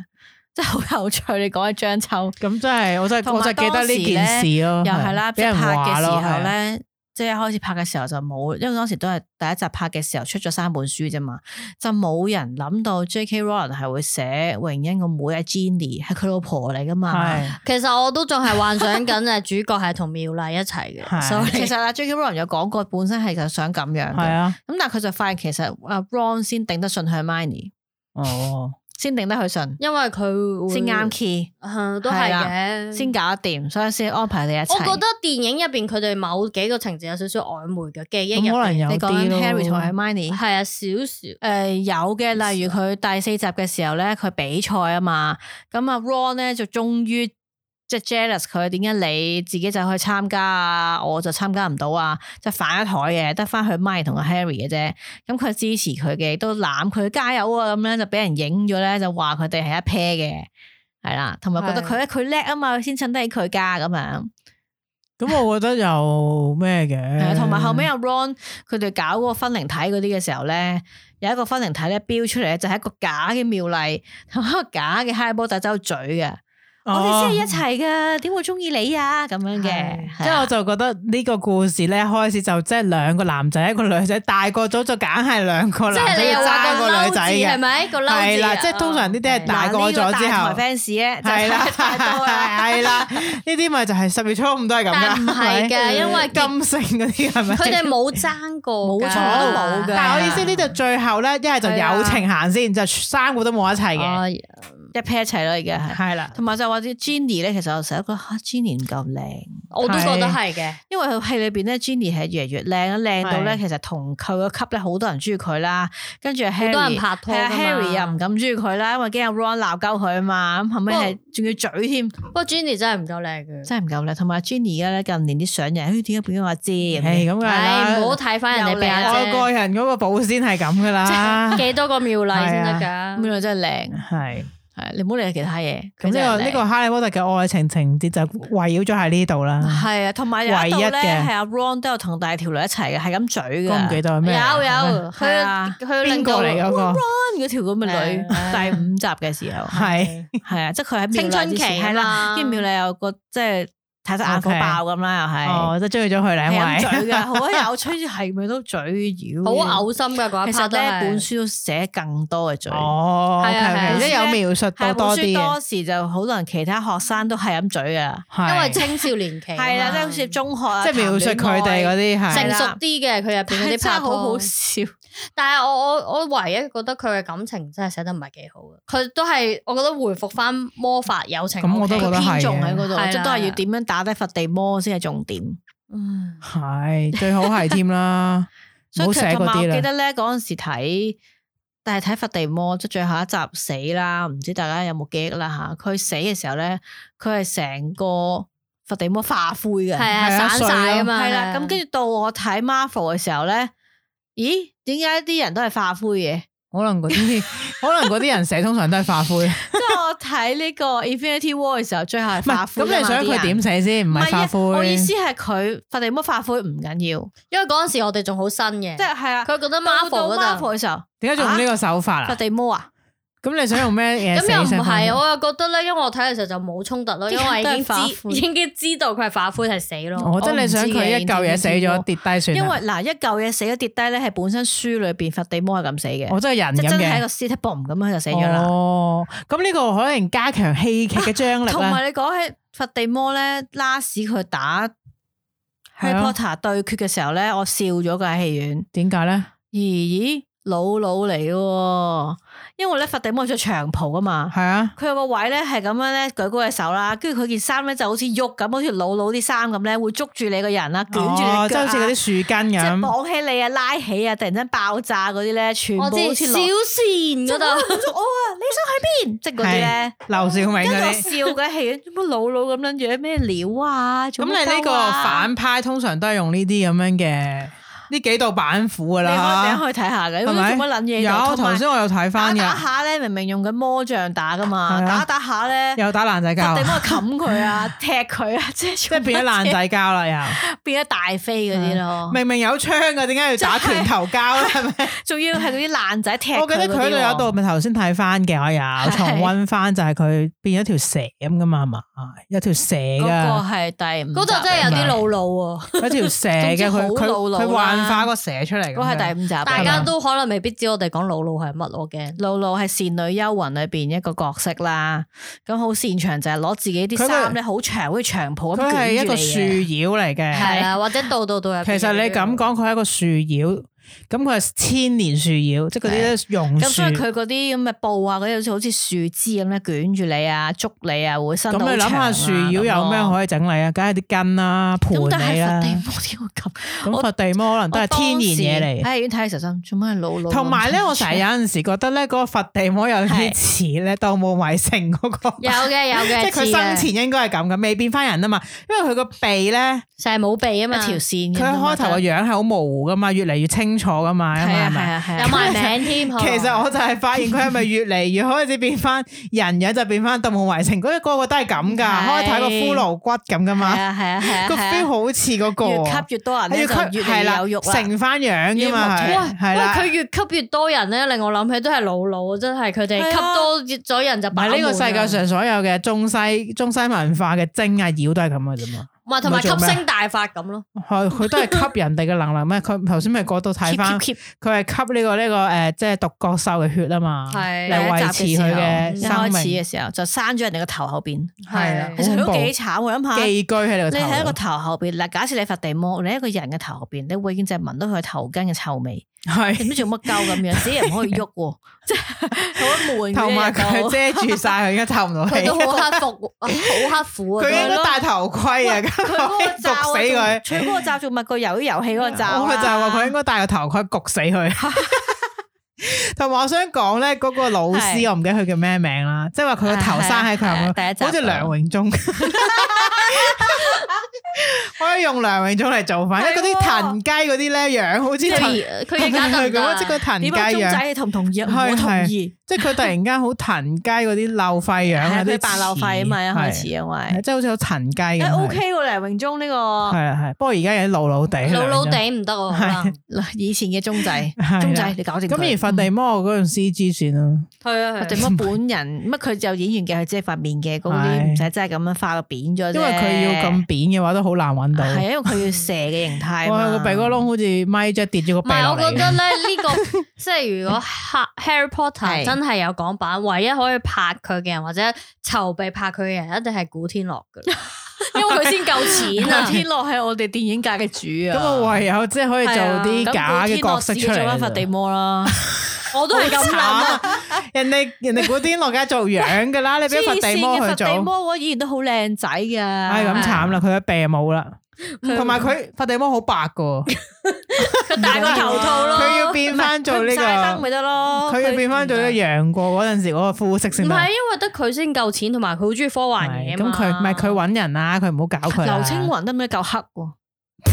真係好有趣。你講起張秋，咁真係我真係同我真埋係記得呢件事咯，又係啦，即係拍嘅時候係咧，即係一開始拍嘅時候就冇，因為當時都係第一集拍嘅時候出咗三本書啫嘛，就冇人諗到 J.K. Rowling 係會寫榮恩個妹阿 Jenny 係佢老婆嚟噶啊嘛。係其實我都仲係幻想緊誒主角係同妙麗一 齊嘅，係所以其實啊，J.K. Rowling 有講過本身係就想咁樣係嘅，啊，咁但係佢就發現其實阿 Ron 先頂得順 Hermione，哦，先頂得佢順，因為佢會先啱 key，嗯都係係啦嘅，先搞得掂，所以先安排你一齊。我覺得電影入邊佢哋某幾個情節有少少曖昧嘅記憶咁入可能邊，有你講緊啲咯 Harry 同 Hermione。係啊少少誒、呃有嘅，例如佢第四集嘅時候咧，佢比賽啊嘛，咁啊 Ron 咧就終於即係 jealous 佢，點解你自己就去參加啊，我就參加唔到啊，即係反一台嘅，得翻佢 Mike 同個 Harry 嘅啫，咁佢支持佢嘅，亦都攬佢加油啊，咁咧就俾人影咗咧，就話佢哋係一 pair 嘅，係啦，同埋覺得佢咧佢叻啊嘛，佢先襯得起佢噶咁樣。咁我覺得又咩係啊，嘅，同埋後尾阿 Ron 佢哋搞嗰個分靈體嗰啲嘅時候咧，有一個分靈體咧標出嚟咧就係一個假嘅妙麗同一個假嘅哈利波特周嘴嘅，哦我哋先係一齊啊嘅，點會中意你啊咁樣嘅即係，係我就覺得呢個故事咧，一開始就即係兩個男仔一個女仔，大個咗就梗係兩個即男係仔你又爭話一個個嬲女字仔係嘅，咪個嬲字啊？哦係啦，即係通常呢啲 係係大個咗之後台 fans 咧係 啦，太多啦，係啦，呢啲咪就係十月初五都係咁噶，但唔係係嘅，因為咪金星嗰啲係咪？佢哋冇爭過 㗎，冇錯都哦冇㗎但啊係我意思呢度最後咧，一係就友情行先，就三個都冇一齊嘅，嘅。一 pair 一齊咯，而家係。係啦，同埋就話啲 Jenny 咧，其實我成日覺得吓 Jenny 唔夠靚，哦我都覺得係嘅，因為佢戲裏邊咧 Jenny 係越嚟越靚啦，靚到咧係其實同佢個級咧好多人中意佢啦，跟住好好多人拍拖係啊㗎嘛，Harry 又唔敢中意佢啦，因為驚阿 Ron 鬧鳩佢啊嘛，咁後尾係仲要嘴添，不過 Jenny 真係唔夠靚嘅。真係唔夠啦。同埋 Jenny 而家咧近年啲相人，唉，點解變咗阿姐咁唉，樣？咁唉，唔好噶睇翻人哋啊俾又阿嚟啦，外國姐，人嗰個保鮮係咁噶啦， 幾多個妙麗先得係啊咁㗎。樣真係靚，係。係你唔好理其他嘢。咁呢個呢個哈利波特嘅愛情情節就圍繞咗喺呢度啦。 係啊，同埋有一度唯一咧嘅係阿 Ron 都有同第二條女一齊嘅，係咁嘴我唔記嘅。得係啊有咩？有，係啊佢 佢邊令個到嚟嗰 個？ Ron 嗰條咁嘅女，係 第五集嘅時候係係啊，即係佢喺青春期係啊啦。嘛，跟住妙麗又個即係睇得眼火 OK 爆咁啦，哦，即係中意咗佢又係係兩咁位嘴。嘅，好啊有趣，係咪都嘴妖？好嘔心㗎嗰一其 part 實都咧，係本書都寫更多嘅嘴。啊哦，係啊係啊 OK，OK，即係有描述到係本多書啲嘅多時就好多人其他學生都係咁嘴啊，係因為青少年期啊嘛係啦，即係好似中學啊，即係描述佢哋嗰啲，啲係係成啦熟啲嘅，佢入邊嗰但係啲 真係拍拖好好笑。但係我我我唯一覺得佢嘅感情真係寫得唔係幾好嘅，啊佢都係我覺得回復翻魔法友情咁我都 OK 覺得係偏嘅重喺嗰係度，啦即係都係要點樣打低佛地魔先係重點。嗯係最好係添啦，唔 所以好其實寫嗰同埋啲我記啦。得咧嗰陣時睇，但係睇《佛地魔》即係最後一集死啦，唔知大家有冇記憶啦吓？佢死嘅時候咧，佢係成個佛地魔化灰嘅，係啊係啊散晒啊嘛，係啦。咁跟住住到我睇 Marvel 嘅時候咧，咦？點解啲人都係化灰嘅？可能嗰 啲，可能嗰啲人寫通常都係化灰。唔即係我睇呢個 Infinity War 嘅時候，最後係係化咁，灰㗎嘛。你想啲人啊佢點？寫先？唔唔係係化啊！灰。我意思係佢佛地魔化灰唔緊要，因為嗰陣時我哋仲好新嘅，即係係啊。佢覺得到 Marvel 到嗰度， Marvel 嘅時候，點解仲用呢個手法佛啦？地魔啊！咁你想用咩嘢咁又寫唔係，我我又覺得咧，因為我睇嘅時候就冇衝突咯，因為啲已經人都係化知灰哦已經知道佢係化灰係死咯，我真哦係想佢一嚿嘢死咗跌低算啦。因為嗱，一嚿嘢死咗跌低咧，係本身書裏邊佛地魔係咁死嘅，我真係人即係咁真係一嘅個。屍體 boom 咁樣就死咗啦。哦，咁呢個可能加強戲劇嘅張力 同啦。埋你講起佛地魔咧，拉屎佢打 Harry 啊 Potter 對決嘅時候咧，我笑咗㗎喺戲院。點解咧？咦咦，老佬嚟嘅喎，因為咧佛地魔着長袍啊嘛。係啊，佢有個位咧係咁樣咧舉高隻手啦，跟住佢件衫咧就好似喐咁，好似老佬啲衫咁咧，會捉住你個人啦，捲住哦你啊即係好似嗰啲啲樹根即係咁，綁起你啊、拉起啊、突然間爆炸嗰啲咧，全部我好知似落小善嗰度， 我啊，你想去邊？即係嗰啲咧係。劉兆跟明住嗰我啲。笑嘅戲院，做乜老佬咁樣樣咩料啊？咁做乜你呢個鳩啊反派通常都係用呢啲咁樣嘅呢幾道板斧噶你可以啦，可以睇下嘅，係咁樣咪？做乜撚嘢㗎？有同埋頭先我有睇打翻打嘅，下咧，明明用緊魔杖打噶嘛，係打啊打下咧，又打爛仔特地膠，幫佢冚佢啊， 踢佢啊，即係即即係變咗爛，仔膠啦又。變咗大飛嗰啲咯。明明有槍嘅，點解要打拳頭膠 咧？係咪？仲要係嗰啲爛仔踢我記覺得佢度有度咪頭先睇翻嘅，我有重温翻就係佢變咗條蛇咁噶嘛，係嘛？有條蛇嗰個噶，係第五集，嗰度真係有啲老老喎，有條蛇嘅，總之佢好佢老老啦佢幻化個蛇出嚟咁樣。嗰個係第五集嚟㗎，大家都可能未必知我哋講老老係乜，我驚。露露係《倩女幽魂》裏邊一個角色啦，咁好擅長就係攞自己啲佢個衫咧好長，好似長袍咁佢係捲一住個你樹嘅。妖嚟嘅。係啦，或者到到到啊入邊。其實你咁講，佢係一個樹妖，咁佢係千年樹妖，即係嗰啲咧榕咁樹所。以佢嗰啲咁嘅布啊，嗰啲好似好似樹枝咁咧捲住你啊，捉你啊，會伸咁到好你諗長下啊樹妖有咩咁咯可以整你啊？梗係啲根啦、盤咁但你係佛地啦。魔點會咁？咁佛地魔可能都係天然嘢嚟。喺戲院睇嘅時候心諗，做乜係老老？同埋咧，我成日有陣時覺得咧，嗰個佛地魔有啲似咧《盜墓迷城》嗰 個，有嘅有即 嘅，啊係佢知嘅生前應該係咁嘅，未變翻人啊嘛。因為佢個鼻咧，成日冇鼻啊一嘛，條線咁佢樣嘛，開頭個樣係好模糊噶嘛，越嚟越清楚噶嘛，係啊係係咪？啊係啊，有 埋名添。其實我就係發現佢係咪越嚟越開始變翻人樣，就變翻《盜墓迷城》嗰個個都係咁噶，係開頭係個骷髏骨咁噶係嘛，啊係啊係啊，個係啊 feel 好似嗰哎個越吸越多人咧，就係越係嚟啦越有肉啦。成翻樣噶嘛，越喂嚟係係喂，啦佢。越吸越多人咧，令我諗起都係老老，真係佢哋係啊吸多咗人就啊唔係呢個世界上所有嘅中西中西文化嘅精啊妖都係咁嘅啫嘛，唔係同埋唔係做吸咩星大法咁咯，佢佢都係吸人哋嘅能量咩？ 佢頭先咪嗰度睇 keep 翻 keep，keep 佢係吸呢個呢個誒，即係獨角獸嘅血啊嘛，係嚟維持佢一嘅生開始命嘅時候就生咗人哋個頭後邊，係啊其實佢都恐怖幾慘。我諗下，寄居喺你個你喺一頭度，個頭後邊嗱，假設你佛地魔，你喺一個人嘅頭後邊，你會已經就係聞到佢頭巾嘅臭味，你係唔知做乜鳩 咁樣，自己又唔可以喐喎，即係好悶嘅。同埋一日佢都遮住晒，佢而家透唔到 氣佢，都好刻苦，好刻苦啊！佢應該戴頭盔啊，咁佢嗰個焗罩死佢。佢嗰個罩仲密過遊遊戲嗰個罩啊我咪就係話佢應該戴個頭盔焗死 佢。 同埋我想講咧，嗰個老師係我唔記得佢叫咩名啦，即係話佢個頭生喺佢後面啊係係啊係第一集好似梁榮 忠。可以用梁榮忠嚟做飯，因為嗰啲係喎藤雞嗰啲咧樣好似佢藤而 佢而家得係唔咁啊即係個得？藤雞點解鐘樣，仔你同唔同意啊？係我同係意，即係佢突然間好藤雞嗰啲漏肺樣係啊，啊有啲佢扮漏肺啊嘛，一似開始因係係為即係好似有藤雞咁。誒係 OK 喎，梁榮忠呢個係啊係，不過而家有啲老老地，老老梁榮忠地唔得喎，可能嗱以前嘅鐘仔，係啦鐘仔你搞掂佢咁而佛地魔嗰樣 C G 算啦，係啊或者係啊。乜本 人乜佢就演員嘅，佢只係塊面嘅嗰啲，係唔使真係咁樣化到扁咗啫。因為佢要咁扁嘅話都好難揾到。係啊，因為佢要蛇嘅形態我 嘛。有個鼻哥窿好似咪即跌咗個唔鼻係，落我覺得嚟。 咧呢個即係如果 Ha- 係 Harry Potter 真係有港版，唯一可以拍佢嘅人或者籌備拍佢嘅人，一定係古天樂噶， 因為佢先夠錢啊！古天樂係我哋電影界嘅主咁啊。我唯有即係可以做咁啲古假天嘅樂角色自出己做翻嚟。佛地 魔啦，我都係咁諗啊！人哋人哋古天樂梗係做樣噶啦， 你俾佛地魔黐線去嘅佛做，地魔嗰個演員都好靚仔㗎。唉咁係啊慘啦，佢個鼻冇啦，同埋佢佛地魔好白噶， 佢戴個頭套咯，佢要變翻做呢佢唔曬燈個咪，得哦咯。佢要變翻做呢個楊過嗰陣時嗰個膚色嗯唔先得。係因為得佢先夠錢，同埋佢好中意科幻係嘢啊咁嘛佢唔係佢揾人啦，佢唔好搞佢啦。劉青雲得唔得夠黑 喎？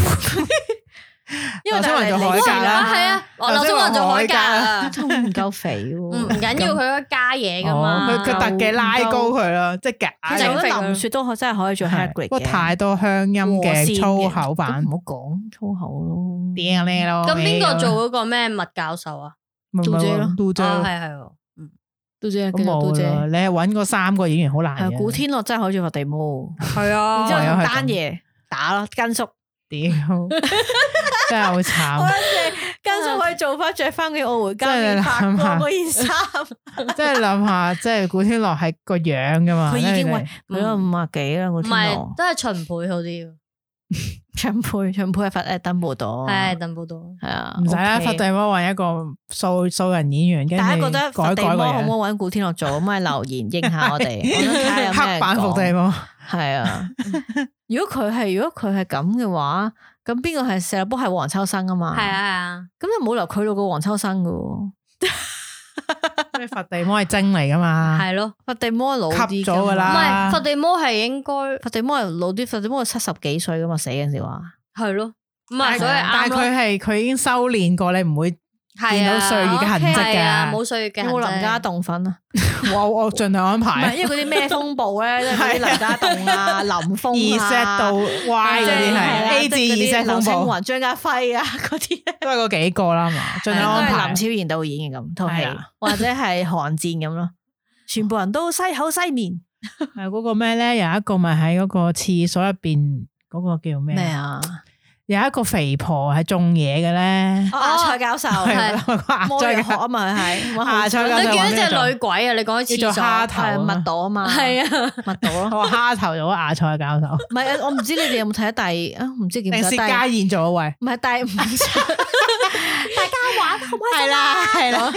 因為劉青雲做海係格啊啦，係啊，我劉青雲做海格啊，都唔夠肥唔喎。嗯唔緊要，佢加嘢噶嘛，哦佢佢特技拉高佢咯，即係假其就實我嘅覺得林雪都可真係可以做 h a 係 g r i d 不過太多鄉音嘅粗口版唔，好講粗口咯。屌你咯咁邊個做啊嗰個咩麥教授啊？杜姐咯杜姐啊，係係喎，嗯都姐，咁冇啦，你係揾嗰三個演員好難係啊嘅。古天樂真係可以做佛地魔，係哦然之後啊，同丹爺打咯，根嗯叔，屌，真係好慘，根叔可以做翻着翻佢《我回家真係面你發諗下光》嗰 件衫，即係諗下，即係古天樂係個樣噶嘛，佢已經真係喂，佢都五啊幾啦，古唔天樂係，都係秦沛好啲喎，長輩長輩係佛誒登報道，哦係鄧布多。係啊，唔使啦， OK 佛地魔揾一個素素人演員，跟大家覺住得改佛地改啊個魔可人唔可以揾古天樂做？咁咪留言應下 我哋，我想睇下有咩黑人版講伏地魔，係 啊，如果佢係如果佢係咁嘅話，咁邊個係射波係黃秋生啊嘛？係啊係，啊，咁就冇留佢老個黃秋生噶喎，咩佛地魔係精嚟噶嘛？係咯。佛地魔老啲吸咗㗎唔啦啊係佛地魔係應該佛地魔係老啲，佛地魔係七十幾歲噶嘛，死嗰陣時話係咯，唔但係係所以啊但啱係咯。佢係佢已經修煉過，你唔會 係見啊到歲月嘅痕跡 OK，係啊㗎冇歲月嘅有痕冇林家跡。棟粉啊？我我盡量安唔係，排因為嗰啲咩風暴咧，即係嗰啲林家棟 啊、林啊二峰啊、 set 到 Y 嗰啲係係啦 A 至即係二 set 嗰啲劉風青暴，雲、張家輝啊嗰啲。都係嗰幾個啦嘛，盡量安應該係排林。超賢導演嘅咁套戲係啊，或者係寒戰咁咯，全部人都西口西面係嗰個咩咧？有一個咪喺嗰個廁所入邊嗰個叫咩？咩？啊？有一個肥婆係種嘢嘅咧，哦，蔡教授係 係嗰個亞摩洲約嘅學 啊嘛，係亞洲你嘅見揾到呢隻個女鬼啊！你講喺叫廁做所，蝦頭啊係密度啊嘛，係啊，密度 咯。我蝦頭咗亞賽教授，唔係，我唔知你哋有冇睇第啊？唔知見唔定薛見第家燕做啊喂？唔係第五集，大家玩好唔好？係啦係啦，啊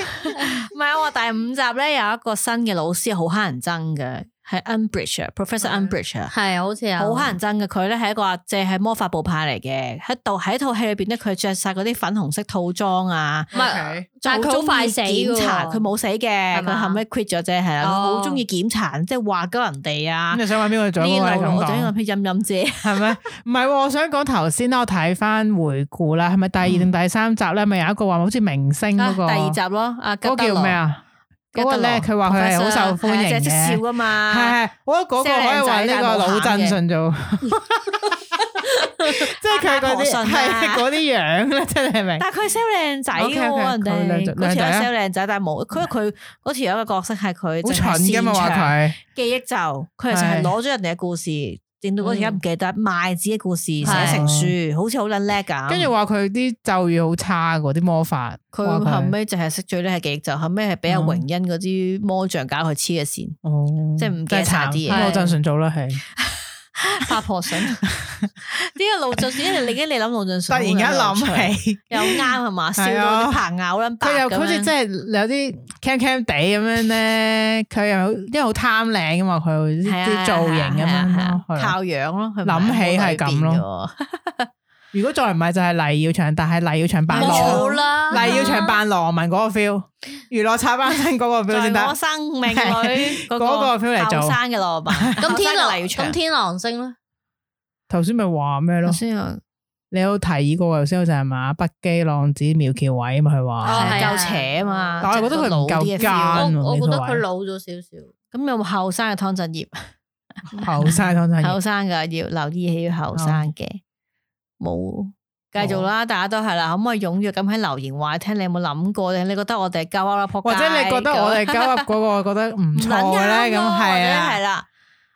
唔係我話第五集咧有一個新嘅老師好乞人憎嘅，係 Umbridge 啊，Professor 嗯 Umbridge 啊。係好似啊，好乞人憎嘅，佢咧係一個阿姐，係魔法部派嚟嘅。喺度喺套戲裏邊咧，佢着晒嗰啲粉紅色套裝啊，唔係，但係佢好快死㗎喎檢查佢冇死嘅，係佢嘛後尾 quit 咗啫，係啦，佢哦好中意檢查，即係話鳩人哋啊咁。你想揾邊個做啊？呢我路我咁想講諗起陰陰姐，係 咪？唔係喎，我想講頭先啦，我睇翻回顧啦，係咪第二定第三集咧？咪有一個話好似明星嗯嗰個嗯啊第二集咯，啊嗰個叫咩？啊？吉嗰德羅個咧，佢話佢係好受歡迎係啊即係識笑嘅，噶係嘛，啊係，我覺得嗰個可以話呢個老振信做，即係佢嗰啲阿媽婆信啊係嗰啲樣咧，真係明。但係佢 sell 靚仔嘅 OK，OK，喎，人佢靚哋仔嗰條靚友仔啊 sell 靚仔，但係冇佢佢嗰條友嘅角色係佢好淨係蠢噶嘛擅話長佢，記憶就佢係成係係攞咗人哋嘅故事，令到嗰條友唔記得賣自己故事寫係成書，好似好撚叻㗎。嗯跟住話佢啲咒語好差嗰啲魔法，佢話後尾就係識最叻係記憶就，後尾係俾阿嗯榮恩嗰啲魔像搞佢黐 嘅線，哦，即係唔記得晒啲嘢真係慘咁我係振信做啦，係八婆 筍，點解魯俊因為你而家你諗魯俊突然間諗起。又啱係嘛，笑係到啊啲棚咬撚白佢又咁好似樣真係有啲 cam cam 地咁樣咧，佢又好因為好貪靚噶嘛，佢係啊係啊啲造型咁係啊樣係啊咯。係啊靠樣咯，佢唔諗起係咁咯冇裏邊嘅喎。如果再唔係就係黎耀祥，但係黎耀祥扮冇羅，啦，黎耀祥扮羅文嗰個 feel，娛樂插班生嗰個 feel 先在我得。生命裏嗰 嗰個 feel 嚟做後生嘅羅 拔，咁天後生狼嘅黎耀祥咁天狼星咧，頭先咪話咩咯頭？先有你有提議過頭先好似係嘛？北基浪子苗僑偉啊嘛，佢哦話係啊夠扯啊嘛，但我覺得佢唔夠奸我喎我覺得呢套佢位老咗少少。咁有冇後生嘅湯鎮業？後生講真係哦後生噶要留意起要後生嘅，冇繼續啦，大家都係啦，可唔可以踴躍咁喺留言話聽？你有冇諗過咧？你覺得我哋鳩啦仆或街者你覺得我哋咁交入嗰個 覺得唔唔錯嘅咧，咁係係啊。啦，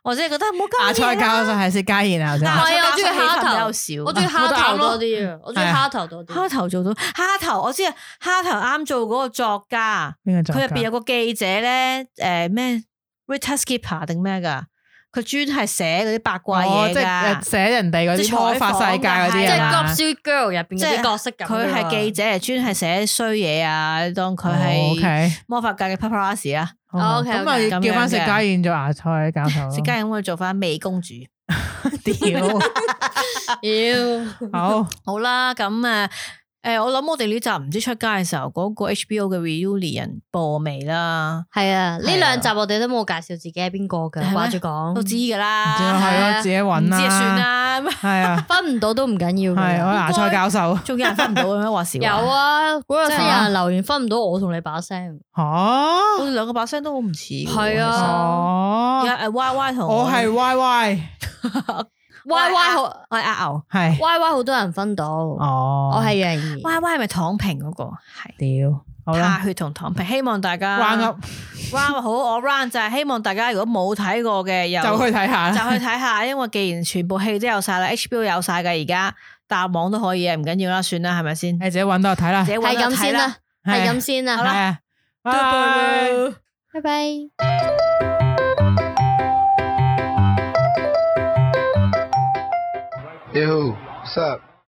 或者係覺得冇阿鳩蔡嘢啦教授係薛家燕啊，頭先係啊我我中意蝦頭氣我氛比 中意較少。蝦頭多啲啊，我中意蝦頭多啲蝦。頭做到蝦頭，我知啊！蝦頭啱做嗰個作家，邊個作佢入家邊有個記者咧，誒咩 Rita Skipper 定咩噶？佢專係寫嗰啲八卦哦嘢即係噶誒。寫人哋嗰即係啲魔法世界嗰即啲係啊嘛《急 girl》入邊嗰啲角色咁。佢係記者，係專係寫衰嘢啊，當佢係哦 OK，魔法界嘅 paparazzi 啊。哦 OK，OK，咁啊咁樣叫翻嘅薛家燕做芽菜教授咯，薛家燕可唔可以做翻美公主？ 屌，妖，好好啦，咁啊，誒，我諗我哋呢集唔知出街嘅時候，嗰個 HBO 嘅 Reunion 播未啦，係啊！呢兩集我哋都冇介紹自己係邊個係㗎，咩話住嗯講都知噶仲有啦，係係啊咯，自己唔揾知啦，就算，啦。係啊，分唔到都唔緊要係我嘅。芽菜教授仲有人分唔到嘅咩？話時話有，啊，嗰日真先係有啊人留言分唔到我同你把聲，嚇我哋兩個把聲都好唔似嘅喎。係啊其實，有哦，誒 Y Y 同我係 Y Y， Y Y 好我係阿牛係 Y Y 好多人分到，我哦，係楊怡。 ，Y Y 係咪躺平嗰個？係屌，好啦怕血同躺平，希望大家 round up 哇，好我 round 就係希望大家如果冇睇過 嘅，又就去睇 下就啦，去睇下，因為既然全部戲都有晒啦，HBO 有晒嘅，而家大網都可以嘅，唔緊要啦，算啦，係咪先？你自己揾到就睇啦，係係咁先啦，係咁先係，係啦，啊，拜拜。拜拜。 Yo, what's up?